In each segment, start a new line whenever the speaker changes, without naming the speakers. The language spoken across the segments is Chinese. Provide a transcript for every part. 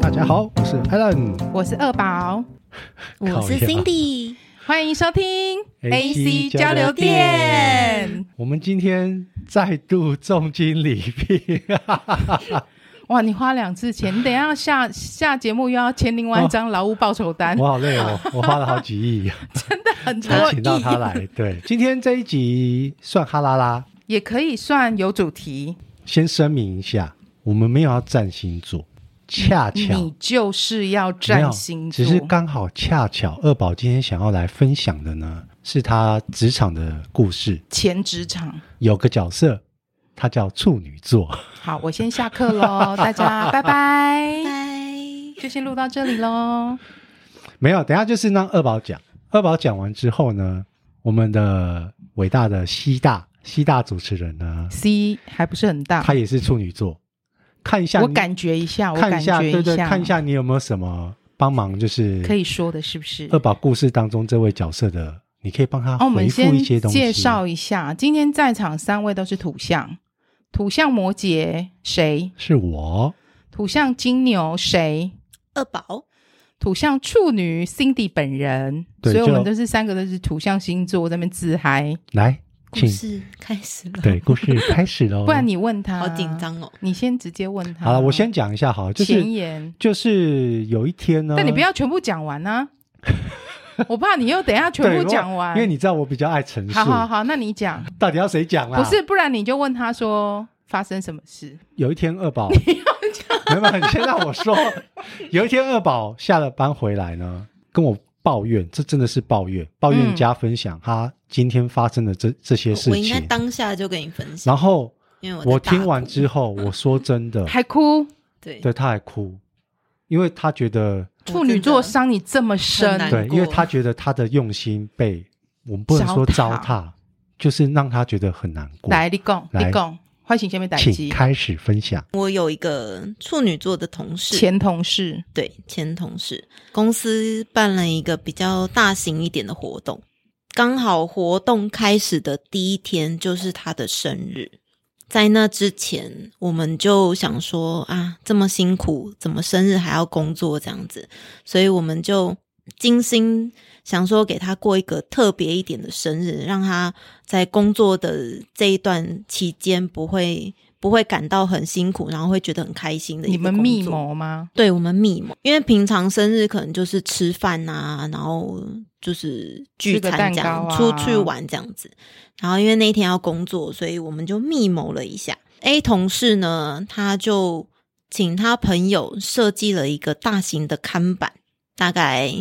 大家好，我是 Alan。
我是二宝，
我
靠
是
呀
Cindy，
欢迎收听
AC 交流
电。
我们今天再度重金礼 聘，
哇，你花两次钱，你等一下下下节目又要签另外一张劳务报酬单，
我好累哦，我花了好几亿
很多
才请到他
亿
来。对，今天这一集算哈拉拉，
也可以算有主题。
先声明一下，我们没有要占星座，恰巧
你就是
没
要
有
占星座，
只是刚好恰巧二宝今天想要来分享的呢，是他职场的故事。
前职场。
有个角色，他叫处女座。
好，我先下课 喽，大家拜拜，
拜。
就先录到这里喽。
没有，等一下就是让二宝讲。二宝讲完之后呢，我们的伟大的西大西大主持人呢，
C 还不是很大
他，也是处女座，看一下你
我感觉一下，我
看
感
一下，
觉
对
一
对，
下，
看一下你有没有什么帮忙，就是
可以说的是不是？
二宝故事当中这位角色的，你可以帮他
哦，我们
回复
先
一些东西。
介绍一下，今天在场三位都是土象，土象摩羯谁？
是我，
土象金牛谁？
二宝，
土象处女 Cindy 本人，
对
所以我们
就
都是三个都是土象星座，在那边自嗨。
来，
故
请
事开始了，
对故事开始喽。
不然你问他，
好紧，张哦。
你先直接问他。
哦好了，我先讲一下好了，就是呃
前言，
就是有一天呢，
但你不要全部讲完 啊，我怕你又等一下全
对我
部讲完。
因为你知道我比较爱陈述，
好好好，那你讲，
到底要谁讲啦？
不是，不然你就问他说发生什么事。
有一天二宝，没有，没有你先让我说。有一天二宝下了班回来呢，跟我抱怨，这真的是抱怨，抱怨
嗯
加分享他今天发生的这这些事
我应该
情。
当下就跟你分享，
然后
因为
我
我在大
听完
哭
之后，我说真 的，
还哭，
对
对，他还哭，因为他觉得，
处女座伤你这么
很
深，
难
对，
过
因为他觉得他的用心被我们不能说糟
糟蹋
蹋，就是让他觉得很难过。
来，你讲，
来
你讲，唤醒前面代
请
机
开始分享。
我有一个处女座的同事，
前同事，
对前同事，公司办了一个比较大型一点的活动，刚好活动开始的第一天就是他的生日。在那之前，我们就想说啊，这么辛苦，怎么生日还要工作这样子？所以我们就精心想说给他过一个特别一点的生日，让他在工作的这一段期间不会不会感到很辛苦，然后会觉得很开心的一
你
个工
们
作。
密谋吗？
对我们密谋，因为平常生日可能就是吃饭啊，然后就是聚
吃个蛋
餐这样，
糕啊
出去玩这样子。然后因为那一天要工作，所以我们就密谋了一下。A 同事呢，他就请他朋友设计了一个大型的看板，大概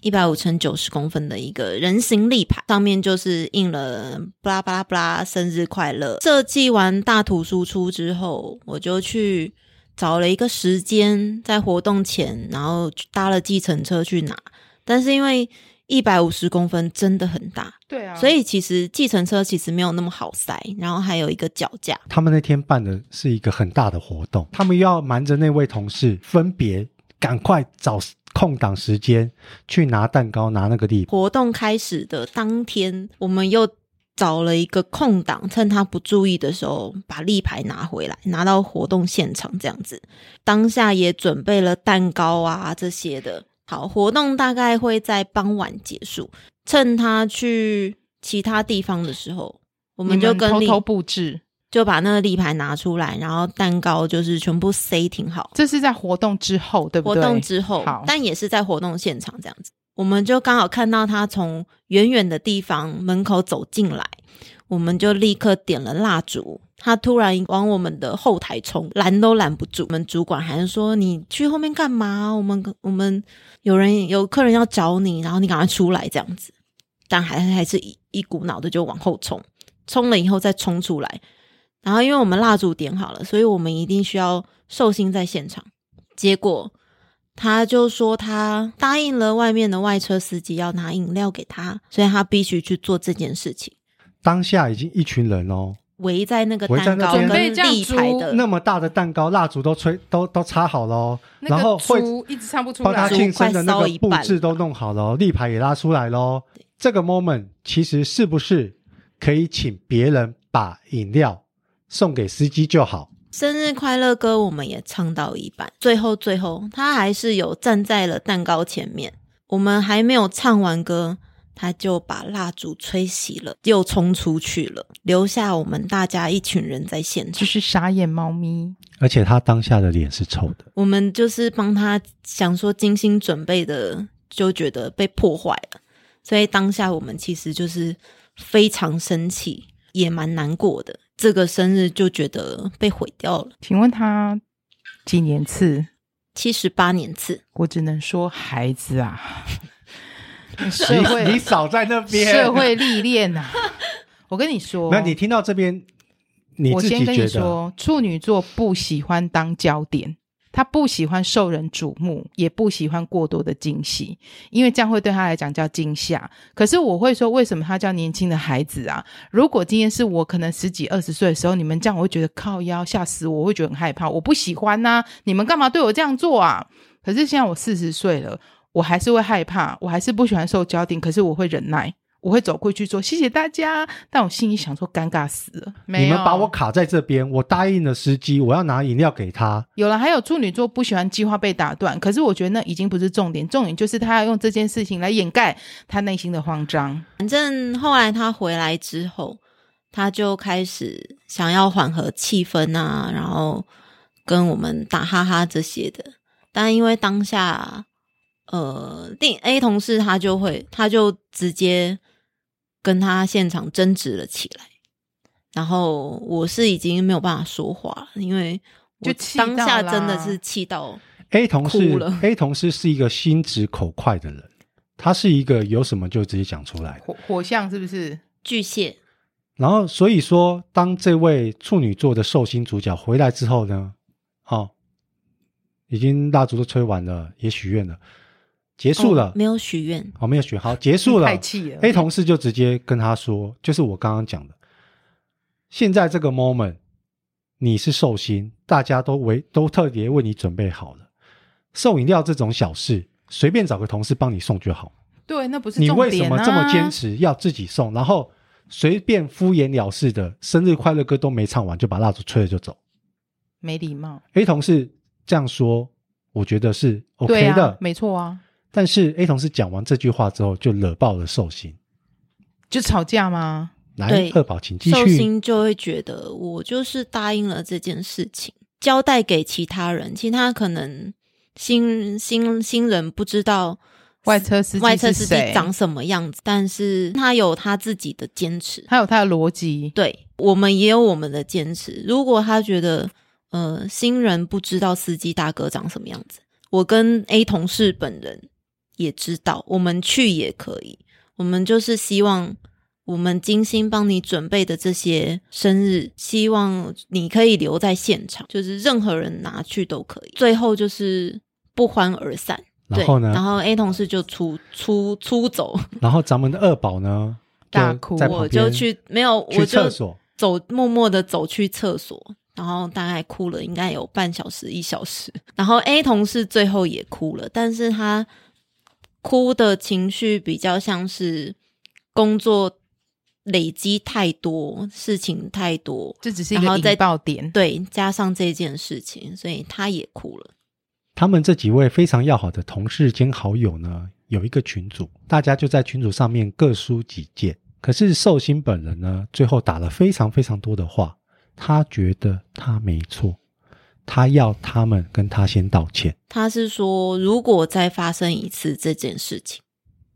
一百五乘九十公分的一个人形立牌，上面就是印了“布拉布拉布拉”生日快乐。设计完大图输出之后，我就去找了一个时间，在活动前，然后搭了计程车去拿。但是因为一百五十公分真的很大，
对啊
所以其实计程车其实没有那么好塞，然后还有一个脚架，
他们那天办的是一个很大的活动，他们要瞒着那位同事，分别赶快找空档时间去拿蛋糕、拿那个礼
活动开始的当天，我们又找了一个空档，趁他不注意的时候把立牌拿回来，拿到活动现场这样子。当下也准备了蛋糕啊这些的。好，活动大概会在傍晚结束，趁他去其他地方的时候，我
我
们就跟
偷
立
偷布置，
就把那个立牌拿出来，然后蛋糕就是全部塞挺好。
这是在活动之后，对不
活
对？
动之后
好，
但也是在活动现场这样子。我们就刚好看到他从远远的地方门口走进来，我们就立刻点了蜡烛。他突然往我们的后台冲，拦都拦不住。我们主管还是说：“你去后面干嘛？我们我们有人有客人要找你，然后你赶快出来这样子。”但还还是一一股脑的就往后冲，冲了以后再冲出来。然后因为我们蜡烛点好了，所以我们一定需要寿星在现场。结果他就说他答应了外面的外车司机要拿饮料给他，所以他必须去做这件事情。
当下已经一群人哦，
围在那个
围在
蛋
那
糕
边
跟
准备这样
立牌的，
那么大的蛋糕、蜡烛都吹都都插好了哦，
那个
然后会
猪一直唱不出
帮他
来，
庆生的那
快烧
个
一
布
半
置都弄好了哦，立牌也拉出来喽。这个 moment 其实是不是可以请别人把饮料送给司机就好？
生日快乐歌我们也唱到一半，最后最后他还是有站在了蛋糕前面，我们还没有唱完歌，他就把蜡烛吹熄了，又冲出去了，留下我们大家一群人在现场
就。是傻眼猫咪，
而且他当下的脸是臭的。
我们就是帮他想说精心准备的，就觉得被破坏了，所以当下我们其实就是非常生气，也蛮难过的。这个生日就觉得被毁掉了，
请问他几年次？
七十八年次，
我只能说孩子啊，社
你你
会
少在那边
社会历练啊，我跟你说，
没有，你听到这边，你
我
自
先
己
跟你
觉得
说，处女座不喜欢当焦点，他不喜欢受人瞩目，也不喜欢过多的惊喜，因为这样会对他来讲叫惊吓。可是我会说，为什么他叫年轻的孩子啊？如果今天是我可能十几二十岁的时候，你们这样，我会觉得靠腰吓死我，我会觉得很害怕，我不喜欢呐、你们干嘛对我这样做啊？可是现在我四十岁了，我还是会害怕，我还是不喜欢受焦点，可是我会忍耐。我会走过去说谢谢大家，但我心里想说尴尬死了。没
你
有
们把我卡在这边，我答应了司机，我要拿饮料给他。
有了，还有处女座不喜欢计划被打断，可是我觉得那已经不是重点，重点就是他要用这件事情来掩盖他内心的慌张。
反正后来他回来之后，他就开始想要缓和气氛啊，然后跟我们打哈哈这些的。但因为当下，呃，另 A 同事他就会，他就直接跟他现场争执了起来。然后我是已经没有办法说话了，因为我
就气到
当下
啦
真的是气到
A 同事
哭了
，A 同事是一个心直口快的人，他是一个有什么就直接讲出来的。
火火象是不是？
巨蟹，
然后，所以说，当这位处女座的寿星主角回来之后呢，哦，已经蜡烛都吹完了，也许愿了，结束了
哦，没有许愿，
哦，没有许好，结束了
太。气了。
A 同事就直接跟他说，就是我刚刚讲的，现在这个 moment，你是寿星，大家都为都特别为你准备好了，送饮料这种小事，随便找个同事帮你送就好。
对，那不是
你
重点、啊、
为什么这么坚？持要自己送，然后随便敷衍了事的生日快乐歌都没唱完就把蜡烛吹了就走
没礼貌。
？A 同事这样说，我觉得是 OK
对
的，
啊，没错啊，
但是 A 同事讲完这句话之后，就惹爆了寿星。
就吵架吗？
来
对，
二宝，请继
寿
续。
星就会觉得我就是答应了这件事情，交代给其他人，其他可能新新新人不知道
外车司机
外侧
是
司
谁
机长什么样子，但是他有他自己的坚持。
他有他的逻辑，
对我们也有我们的坚持。如果他觉得呃新人不知道司机大哥长什么样子，我跟 A 同事本人也知道，我们去也可以。我们就是希望我们精心帮你准备的这些生日，希望你可以留在现场，就是任何人拿去都可以。最后就是不欢而散。对
然后呢
然后 A 同事就出出出走，
然后咱们的二宝 呢，就
大哭
在
我
旁
就
边
去没有，我
去
就
厕所。
走，默默的走去厕所，然后大概哭了，应该有半小时一小时。然后 A 同事最后也哭了，但是他哭的情绪比较像是工作累积太多，事情太多，
这只是一个
然后再
引爆点。
对，加上这件事情，所以他也哭了。
他们这几位非常要好的同事兼好友呢，有一个群组，大家就在群组上面各抒己见。可是寿星本人呢，最后打了非常非常多的话，他觉得他没错，他要他们跟他先道歉。
他是说，如果再发生一次这件事情，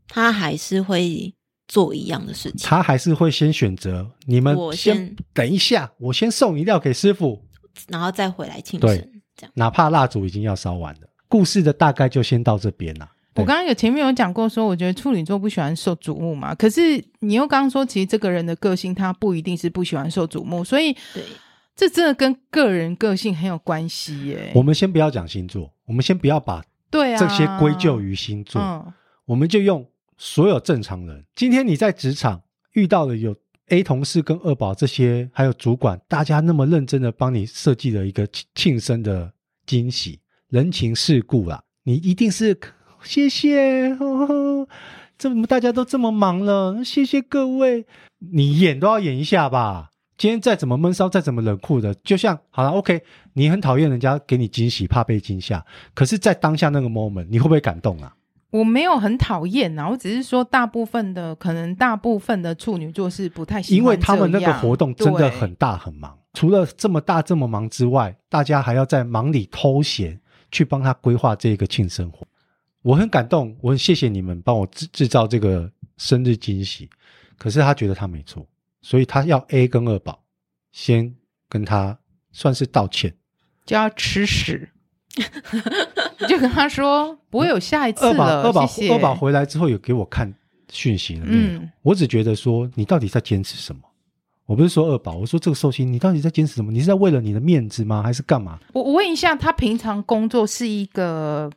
他还是会做一样的事情。
他还是会先选择你们
我
先
先
等一下，我先送饮料给师傅，
然后再回来庆
对
生，这样
哪怕蜡烛已经要烧完了。故事的大概就先到这边啦、
我
对
刚刚有前面有讲过说，我觉得处女座不喜欢受瞩目嘛。可是你又刚刚说，其实这个人的个性他不一定是不喜欢受瞩目，所以
对。
这真的跟个人个性很有关系耶。
我们先不要讲星座，我们先不要把
对啊，
这些归咎于星座。
嗯，
我们就用所有正常人。今天你在职场遇到了有 A 同事跟二宝这些，还有主管，大家那么认真的帮你设计了一个庆庆生的惊喜，人情世故啦，你一定是谢谢，呵呵这么大家都这么忙了，谢谢各位，你演都要演一下吧。今天再怎么闷骚，再怎么冷酷的，就像好了，OK，你很讨厌人家给你惊喜，怕被惊吓，可是，在当下那个 moment，你会不会感动啊？
我没有很讨厌啊，我只是说大部分的可能大部分的处女座是不太喜欢
因为他们那
这
个
样
活动真的
对
很大很忙，除了这么大这么忙之外，大家还要在忙里偷闲去帮他规划这个庆生活。我很感动，我很谢谢你们帮我制制造这个生日惊喜。可是他觉得他没错，所以他要 A 跟二宝先跟他算是道歉。
就要吃屎， 你就跟他说不会有下一次
二宝
了，
二宝
谢谢
二宝回来之后有给我看讯息了，嗯
嗯，
我只觉得说你到底在坚持什么？我不是说二宝，我说这个寿星，你到底在坚持什么？你是在为了你的面子吗？还是干嘛？
我我问一下，他平常工作是一个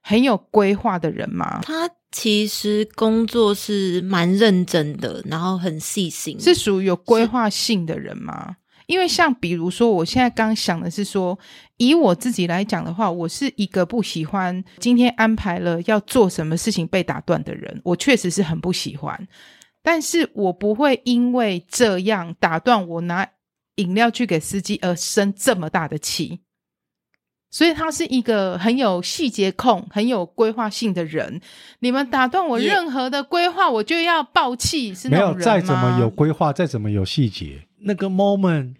很有规划的人吗？
他其实工作是蛮认真的，然后很细心，
是属于有规划性的人吗？因为像比如说，我现在刚想的是说，以我自己来讲的话，我是一个不喜欢今天安排了要做什么事情被打断的人，我确实是很不喜欢。但是我不会因为这样打断我拿饮料去给司机而生这么大的气。所以他是一个很有细节控、很有规划性的人。你们打断我
也
任何的规划，我就要爆气，是那
没
种
有，
人吗？
再怎么有规划，再怎么有细节，那个 moment，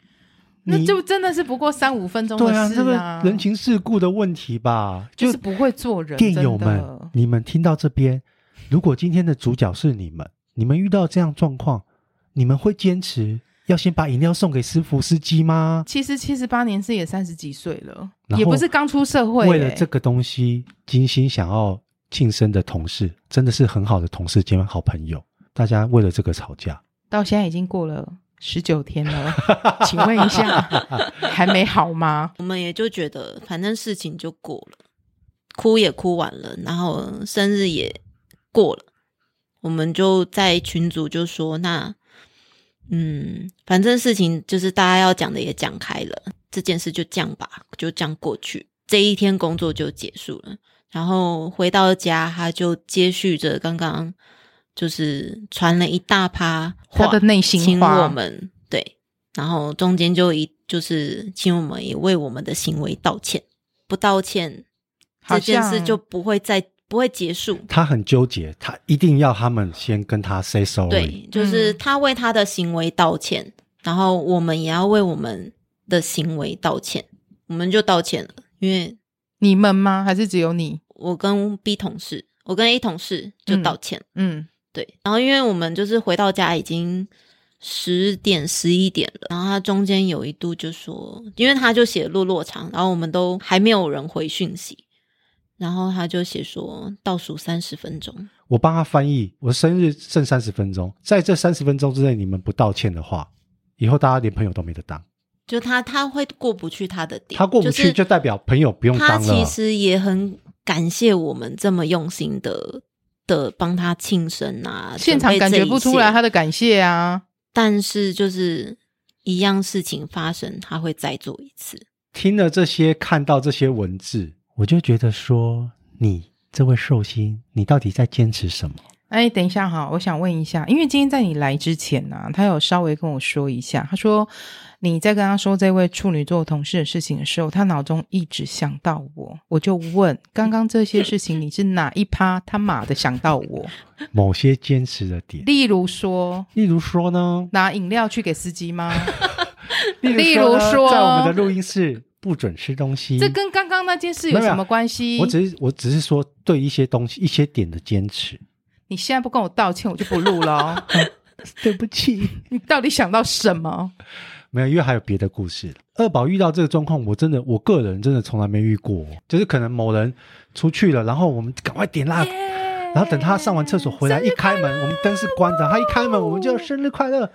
那
你
就真的是不过三五分钟的
对啊，
事
那个人情世故的问题吧，
就是不会做人，
电友
真
们
的，
你们听到这边，如果今天的主角是你们，你们遇到这样状况，你们会坚持要先把饮料送给师傅司机吗？
其实七十八年是也三十几岁了，
然后
也不是刚出社会、
为了这
欸
个东西精心想要晋升的同事，真的是很好的同事兼好朋友，大家为了这个吵架，
到现在已经过了十九天了，请问一下， 还没好吗？
我们也就觉得反正事情就过了，哭也哭完了，然后生日也过了，我们就在群组就说那。嗯，反正事情就是大家要讲的也讲开了，这件事就这样吧，就这样过去。这一天工作就结束了，然后回到家，他就接续着刚刚就是传了一大趴话
他的内心
请
话
我们对，然后中间就一就是请我们也为我们的行为道歉，不道歉
好
这件事
像
就不会再不会结束。
他很纠结，他一定要他们先跟他 say sorry。
对，就是
嗯
他为他的行为道歉，然后我们也要为我们的行为道歉，我们就道歉了，因为
你们吗？还是只有你？
我跟 B 同事，我跟 A 同事就道歉了。
嗯，
对，然后因为我们就是回到家已经十点十一点了，然后他中间有一度就说，因为他就写落落长，然后我们都还没有人回讯息，然后他就写说倒数三十分钟，
我帮他翻译，我生日剩三十分钟，在这三十分钟之内你们不道歉的话，以后大家连朋友都没得当。
就他他会过不去他的点，
他过不去就代表朋友不用
他
当了
其。实也很感谢我们这么用心的的帮他庆生啊，
现场
准备
感
这
觉
一
不出
切
来他的感谢啊。
但是就是一样事情发生，他会再做一次。
听了这些，看到这些文字，我就觉得说，你这位寿星，你到底在坚持什么？
哎，等一下哈，我想问一下，因为今天在你来之前呢、他有稍微跟我说一下，他说你在跟他说这位处女座同事的事情的时候，他脑中一直想到我，我就问，刚刚这些事情你是哪一趴他妈的想到我？
某些坚持的点，
例如说
例如说 呢，
拿饮料去给司机吗？
例如
例如
呢
说
在我们的录音室不准吃东西。
这跟刚刚那件事有什么关系？
我只是我只是说对一些东西一些点的坚 持。
你现在不跟我道歉，我就不录了哦、
对不起，
你到底想到什么？
没有，因为还有别的故事。二宝遇到这个状况，我真的我个人真的从来没遇过，就是可能某人出去了，然后我们赶快点蜡烛然后等他上完厕所回来，一开门，我们灯是关着，他一开门，我们就生日快乐。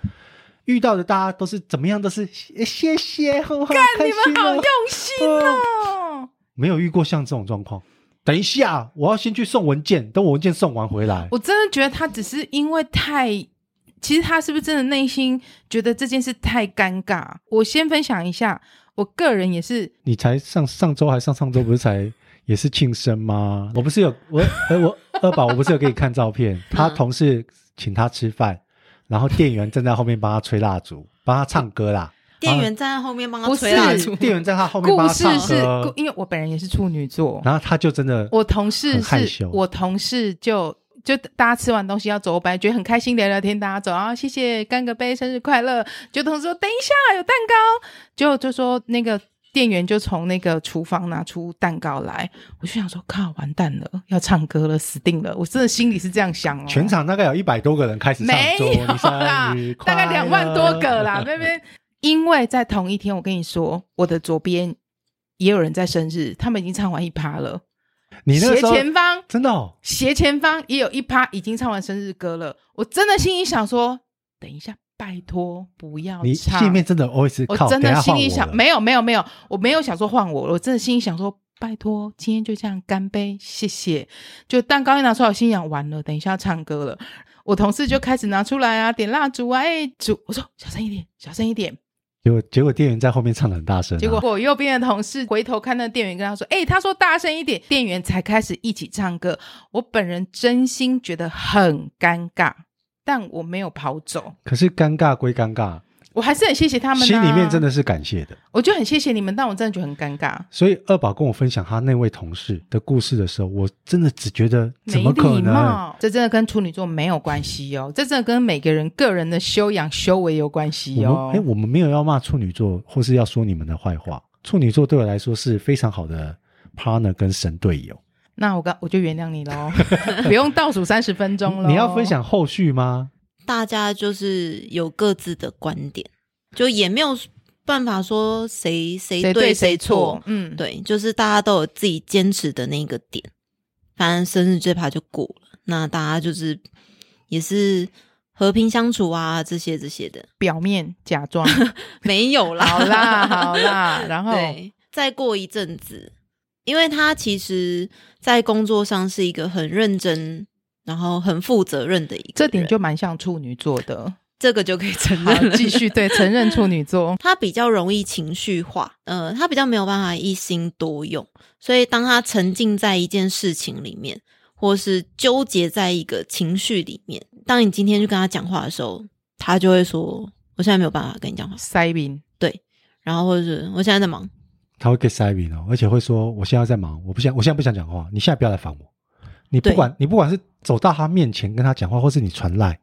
遇到的大家都是怎么样？都是谢谢谢，很好，开
你
心
们好
哦
用。心哦。
没有遇过像这种状况。等一下，我要先去送文件，等我文件送完回来。
我真的觉得他只是因为太，其实他是不是真的内心觉得这件事太尴尬？我先分享一下，我个人也是，
你才上上周还上上周不是才也是庆生吗？ 我不 是有我呃我二宝，我不是有给你看照片？他同事请他吃饭，然后店员站在后面帮他吹蜡烛，帮他唱歌啦。
店员站在后面帮他
啊不
吹
是
蜡
店
烛，
店员在他后面
故
帮他
事
唱
是，故
歌，
因为我本人也是处女座，
然后他就真 的
我同事
很害
是
羞
我同事就就大家吃完东西要走，我本来觉得很开心聊聊天，大家走啊，谢谢干个杯，生日快乐。就同事说等一下有蛋糕，就就说那个店员就从那个厨房拿出蛋糕来，我就想说靠完蛋了，要唱歌了，死定了，我真的心里是这样想哦。
全场大概有一百多个人开始唱
没
祝
有
你
啦
生日，快
大概两万多个啦
乐，
那边。因为在同一天，我跟你说，我的左边也有人在生日，他们已经唱完一趴了。
你那个
斜
时候
前方
真的哦，
斜前方也有一趴已经唱完生日歌了，我真的心里想说，等一下，拜托不要
你
唱。
心里面真的 always
我
靠，
真
等
的
一下
心
换
里
我
想，
了
没有没有没有，我没有想说换我，我真的心里想说，拜托，今天就这样干杯，谢谢。就蛋糕一拿出来，我心想完了，等一下要唱歌了。我同事就开始拿出来啊，点蜡烛啊，哎、烛，我说小声一点，小声一点。
结果结果店员在后面唱的很大声啊，
结果我右边的同事回头看那店员，跟他说：“哎、他说大声一点。”店员才开始一起唱歌。我本人真心觉得很尴尬，但我没有跑走，
可是尴尬归尴尬，
我还是很谢谢他们、啊。
心里面真，的是感谢的。
我就很谢谢你们，但我真的觉得很尴尬。
所以二宝跟我分享他那位同事的故事的时候，我真的只觉得怎
没
么可
礼
能？
貌，这真的跟处女座没有关系哦，这真的跟每个人个人的修养、修为有关系
我
哦
们哎，。我们没有要骂处女座，或是要说你们的坏话。处女座对我来说是非常好的 partner 跟神队友。
那我刚我就原谅你喽， 不用倒数三十分钟喽。
你要分享后续吗？
大家就是有各自的观点，就也没有办法说谁谁
谁
对
谁
错。？
嗯，
对，就是大家都有自己坚持的那个点。反正生日这趴就过了，那大家就是也是和平相处啊，这些这些的
表面假装
没有啦，
好啦 好啦，然后
对，再过一阵子，因为他其实在工作上是一个很认真，然后很负责任的一个人，
这点就蛮像处女座 的。
这个就可以承
好
认，了。
继续对承认处女座，
他比较容易情绪化，呃，他比较没有办法一心多用，所以当他沉浸在一件事情里面，或是纠结在一个情绪里面，当你今天去跟他讲话的时候，他就会说：“我现在没有办法跟你讲话。
塞宾，”
然后或者是“我现在在忙
他会 get s i r e 哦，而且会说我现在在忙，我不想，我现在不想讲话，你现在不要来烦我。你不
对
管你不管是走到他面前跟他讲话，或是你传来，”，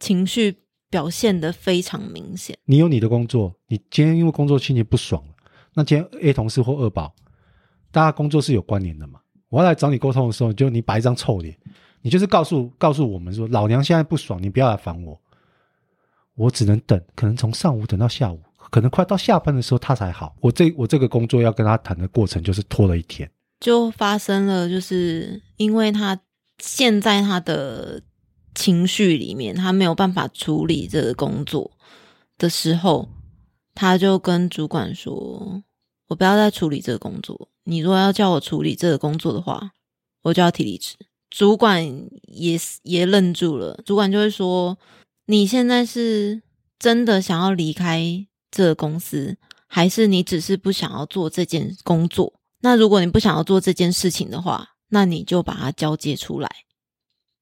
情绪表现的非常明显。
你有你的工作，你今天因为工作心情不爽了，那今天 A 同事或二宝，大家工作是有关联的嘛？我要来找你沟通的时候，就你摆一张臭脸，你就是告诉告诉我们说，老娘现在不爽，你不要来烦我，我只能等，可能从上午等到下午，可能快到下班的时候他才好。我这我这个工作要跟他谈的过程就是拖了一天，
就发生了，就是因为他陷在他的情绪里面，他没有办法处理这个工作的时候，他就跟主管说：“我不要再处理这个工作，你如果要叫我处理这个工作的话，我就要提离职。”主管也是也愣住了，主管就会说：“你现在是真的想要离开这个公司，还是你只是不想要做这件工作？那如果你不想要做这件事情的话，那你就把它交接出来。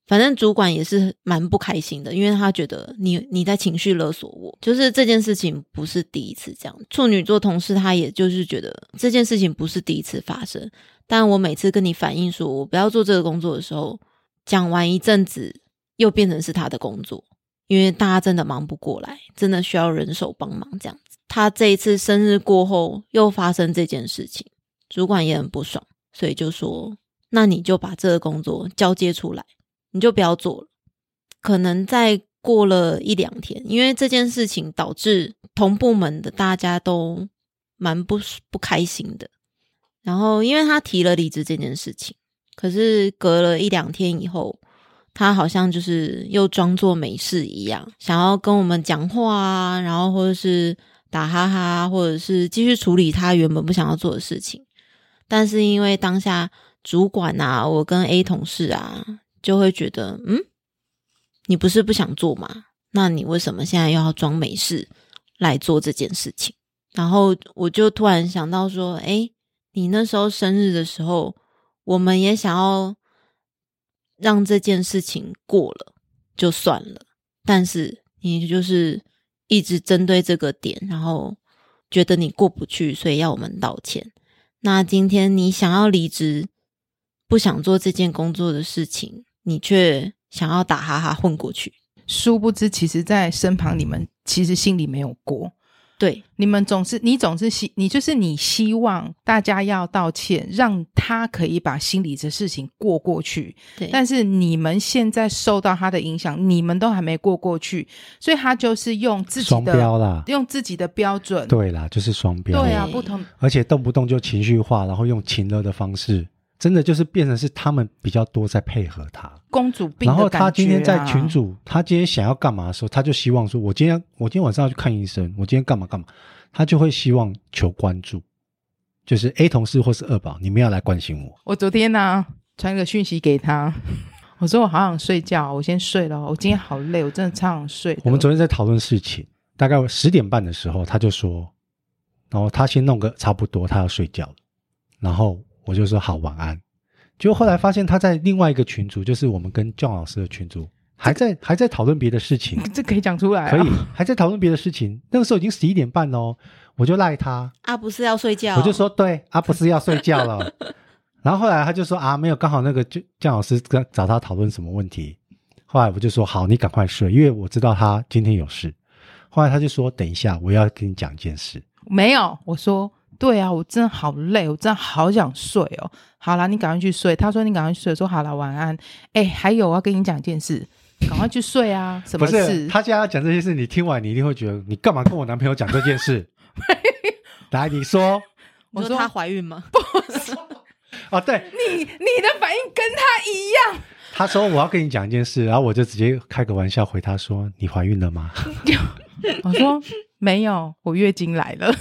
反正主管也是蛮不开心的，因为他觉得你你在情绪勒索我，就是这件事情不是第一次这样。处女座同事他也就是觉得这件事情不是第一次发生，但我每次跟你反映说我不要做这个工作的时候，讲完一阵子又变成是他的工作，因为大家真的忙不过来，真的需要人手帮忙这样子。他这一次生日过后又发生这件事情，主管也很不爽，所以就说：“那你就把这个工作交接出来，你就不要做了。”可能再过了一两天，因为这件事情导致同部门的大家都蛮不不开心的。然后，因为他提了离职这件事情，可是隔了一两天以后，他好像就是又装作没事一样，想要跟我们讲话啊，然后或者是打哈哈，或者是继续处理他原本不想要做的事情。但是因为当下主管啊，我跟 A 同事啊，就会觉得，嗯，你不是不想做吗？那你为什么现在又要装没事来做这件事情？然后我就突然想到说，诶，你那时候生日的时候，我们也想要让这件事情过了就算了，但是你就是一直针对这个点，然后觉得你过不去，所以要我们道歉。那今天你想要离职，不想做这件工作的事情，你却想要打哈哈混过去，
殊不知，其实，在身旁你们其实心里没有过，
对，
你们总是你总是希你就是你希望大家要道歉，让他可以把心里的事情过过去。
对
但是你们现在受到他的影响，你们都还没过过去，所以他就是用自己
双
的
标啦，
用自己的标准，
对啊啦，就是双标。
对啊，
对
不同
而且动不动就情绪化，然后用情勒的方式，真的就是变成是他们比较多在配合他。
公主病
然后
的感啊觉、啊。
他今天在群组，他今天想要干嘛的时候，他就希望说，我今天我今天晚上要去看医生，我今天干嘛干嘛，他就会希望求关注，就是 A 同事或是二宝，你们要来关心我。
我昨天呢、传个讯息给他， 我说我好想睡觉，我先睡了，我今天好累，我真的超想睡的。
我们昨天在讨论事情，大概十点半的时候，他就说，然后他先弄个差不多，他要睡觉了，然后我就说好晚安。结果后来发现他在另外一个群组，就是我们跟john 老师的群组，还在还在讨论别的事情，
这可以讲出来、啊，
可以还在讨论别的事情。那个时候已经十一点半喽，我就赖他，
啊，不是要睡觉，
我就说对啊，不是要睡觉 了。然后后来他就说啊，没有，刚好那个就姜老师跟找他讨论什么问题。后来我就说好，你赶快睡，因为我知道他今天有事。后来他就说等一下，我要跟你讲一件事。
没有，我说对啊，我真的好累，我真的好想睡哦。好啦，你赶快去睡。他说你赶快去睡，我说好啦，晚安。哎，还有我要跟你讲一件事，赶快去 睡啊。什
不
么
是
事？
他现在要讲这些事，你听完你一定会觉得你干嘛跟我男朋友讲这件 事？来，你说
你
我
说
说
她怀孕吗？
哦，对，
你你的反应跟他一样，
他说我要跟你讲一件事，然后我就直接开个玩笑回他说你怀孕了吗？
我说没有，我月经来了。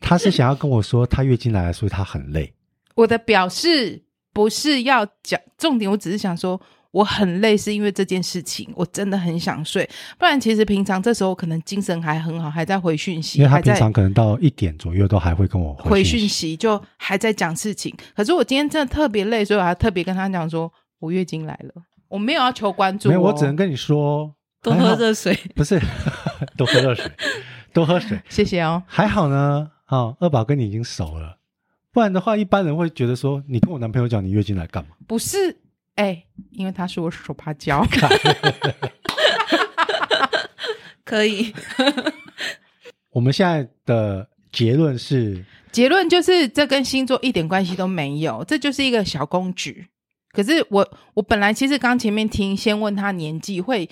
他是想要跟我说他月经来了，所以他很累。
我的表示不是要讲重点，我只是想说。我很累，是因为这件事情，我真的很想睡。不然，其实平常这时候可能精神还很好，还在回讯息，
因为他
还
平
在。
常可能到一点左右都还会跟我
回
讯
讯。息，就还在讲事情。可是我今天真的特别累，所以我还特别跟他讲说，我月经来了，我没有要求关注、哦，
没有，我只能跟你说，
多
还
喝
好
热水。
不是多喝热水，多喝水。
谢谢哦。
还好呢，啊、二宝跟你已经熟了，不然的话，一般人会觉得说，你跟我男朋友讲你月经来干嘛？
不是，哎、因为他是我手帕 胶，
可以，
我们现在的结论是，
结论就是这跟星座一点关系都没有，这就是一个小工具。可是我我本来其实刚前面听先问他年纪，会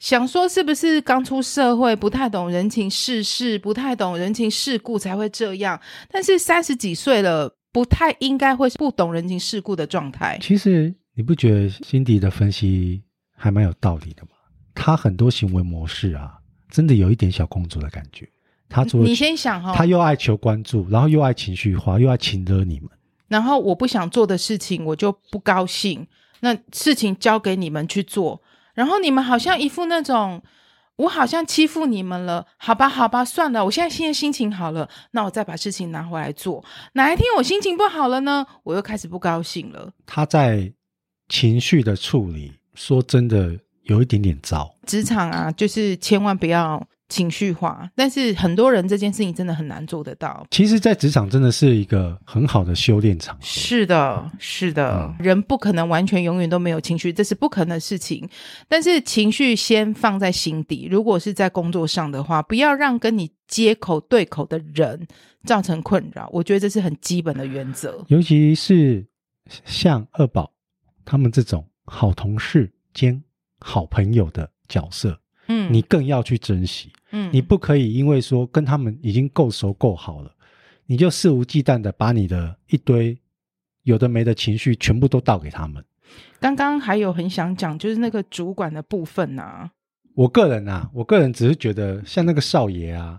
想说是不是刚出社会不太懂人情世事，不太懂人情世故才会这样。但是三十几岁了，不太应该会是不懂人情世故的状态。
其实你不觉得辛迪的分析还蛮有道理的吗？他很多行为模式啊，真的有一点小公主的感觉。他做，
你先想哈、
他又爱求关注，然后又爱情绪化，又爱情勒你们。
然后我不想做的事情，我就不高兴。那事情交给你们去做，然后你们好像一副那种，我好像欺负你们了，好吧，好吧，算了，我现在现在心情好了，那我再把事情拿回来做。哪一天我心情不好了呢，我又开始不高兴了。
他在情绪的处理，说真的有一点点糟。
职场啊，就是千万不要情绪化，但是很多人这件事情真的很难做得到。
其实，在职场真的是一个很好的修炼场。
是的，是的，
嗯
人不可能完全永远都没有情绪，这是不可能的事情。但是情绪先放在心底，如果是在工作上的话，不要让跟你接口对口的人造成困扰，我觉得这是很基本的原则。
尤其是像二宝他们这种好同事兼好朋友的角色，
嗯，
你更要去珍惜。
嗯
你不可以因为说跟他们已经够熟够好了，你就肆无忌惮的把你的一堆有的没的情绪全部都倒给他们。
刚刚还有很想讲，就是那个主管的部分啊，
我个人啊，我个人只是觉得像那个少爷啊，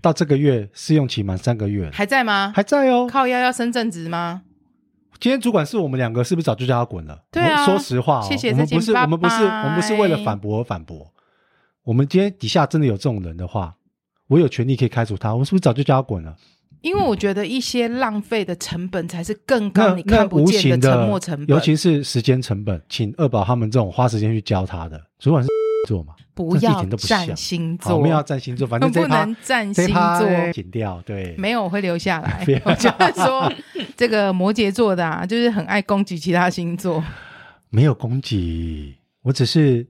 到这个月试用期满三个月了，
还在吗？
还在哦。
靠腰要升正职吗？
今天主管是我们两个，是不是早就叫他滚了？
对啊
我说实话、哦，
谢谢
我们
再见
不是
拜拜
我们不是我们不是为了反驳而反驳。我们今天底下真的有这种人的话，我有权利可以开除他。我是不是早就叫他滚了？
因为我觉得一些浪费的成本才是更高，
那
你
那
看不
无
见
形
的沉没成本，
尤其是时间成本，请二宝他们这种花时间去教他的主管是做嘛？
不
这一
要
点都不像
占星
好，
座，
我们要占星座，反正这一
不
趴
能占
这一
星
趴
座。
剪掉，对，
没有，我会留下来
不要。
我就是说，这个摩羯座的啊，就是很爱攻击其他星座。
没有攻击，我只是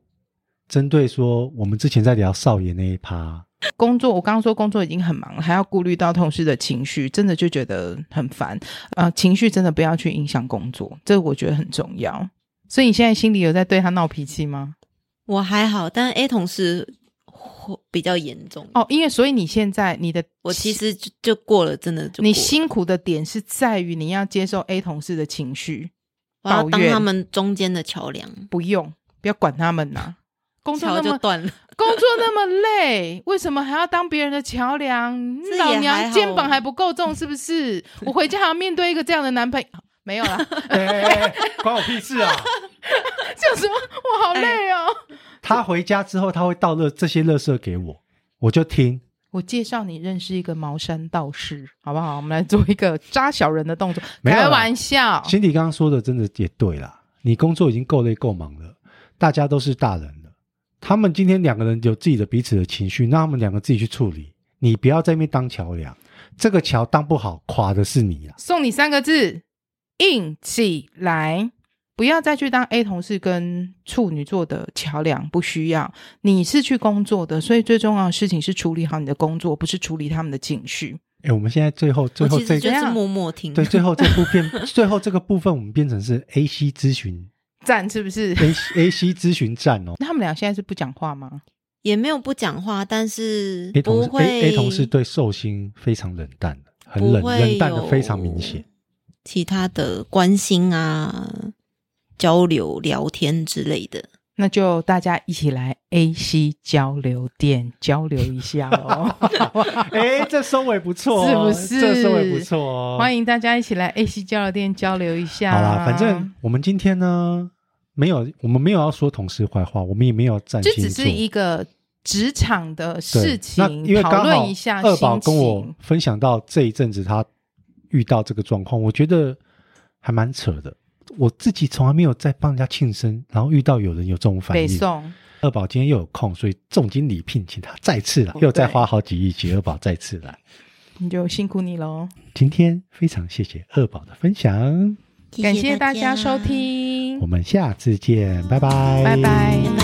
针对说我们之前在聊少爷那一趴，
工作，我刚刚说工作已经很忙了，还要顾虑到同事的情绪，真的就觉得很烦。呃，情绪真的不要去影响工作，这我觉得很重要。所以你现在心里有在对他闹脾气吗？
我还好，但 A 同事会比较严重。
哦，因为所以你现在你的
我其实就就过了，真的就
你
过了
辛苦的点是在于你要接受 A 同事的情绪，
我要
抱
当
怨
他们中间的桥梁，
不用不要管他们呐、工作
桥
那
就
么
断了。
工作那么累，为什么还要当别人的桥梁？
这也
老
还
娘
好
肩膀还不够重是不 是？我回家还要面对一个这样的男朋友，没有啦，
哎哎哎关我屁事啊！
叫什么？我好累哦。
哎
他回家之后，他会倒乐这些乐色给我，我就听。
我介绍你认识一个茅山道士，好不好？我们来做一个扎小人的动作，
没有啦
开玩
哦
笑。
辛迪刚刚说的真的也对啦，你工作已经够累够忙了，大家都是大人了，他们今天两个人有自己的彼此的情绪，那他们两个自己去处理，你不要在那边当桥梁，这个桥当不好，垮的是你啦。
送你三个字：硬起来！不要再去当 A 同事跟处女座的桥梁，不需要。你是去工作的，所以最重要的事情是处理好你的工作，不是处理他们的情绪。
哎，我们现在最后最
我
后
其
这
实就
个
怎
是
样
默默
嗯
听。
对最后这部片 最后这个部分，我们变成是 A C 咨询
赞是不是？
A A C 咨询站哦。
那他们俩现在是不讲话吗？
也没有不讲话，但是
A 同
不
事
会
A A 同事对寿星非常冷淡的，很冷
不会有
冷淡的非常明 显。
其他的关心啊、交流、聊天之类的。
那就大家一起来 A C 交流店交流 一下喽。
哎，这收尾不错哦，
是不是
这收尾不错哦，
欢迎大啊家一起来 A C 交流店交流一下。
好啦，反正我们今天呢，没有，我们没有要说同事坏话，我们也没有站
这
清楚。
只是一个职场的
对
事
那
情，
因为
讨
刚好
论一下
二宝
心
跟我
情。
分享到这一阵子他遇到这个状况，我觉得还蛮扯的。我自己从来没有在帮人家庆生，然后遇到有人有这种反
北
应。
宋
二宝今天又有空，所以重金礼聘，请他再次来，
哦
又再
对
花好几亿， 请二宝再次来。
你就辛苦你喽，
今天非常谢谢二宝的分享，
谢谢
感谢大家
家
收，听
我，们下次见，拜拜，
拜拜
拜拜。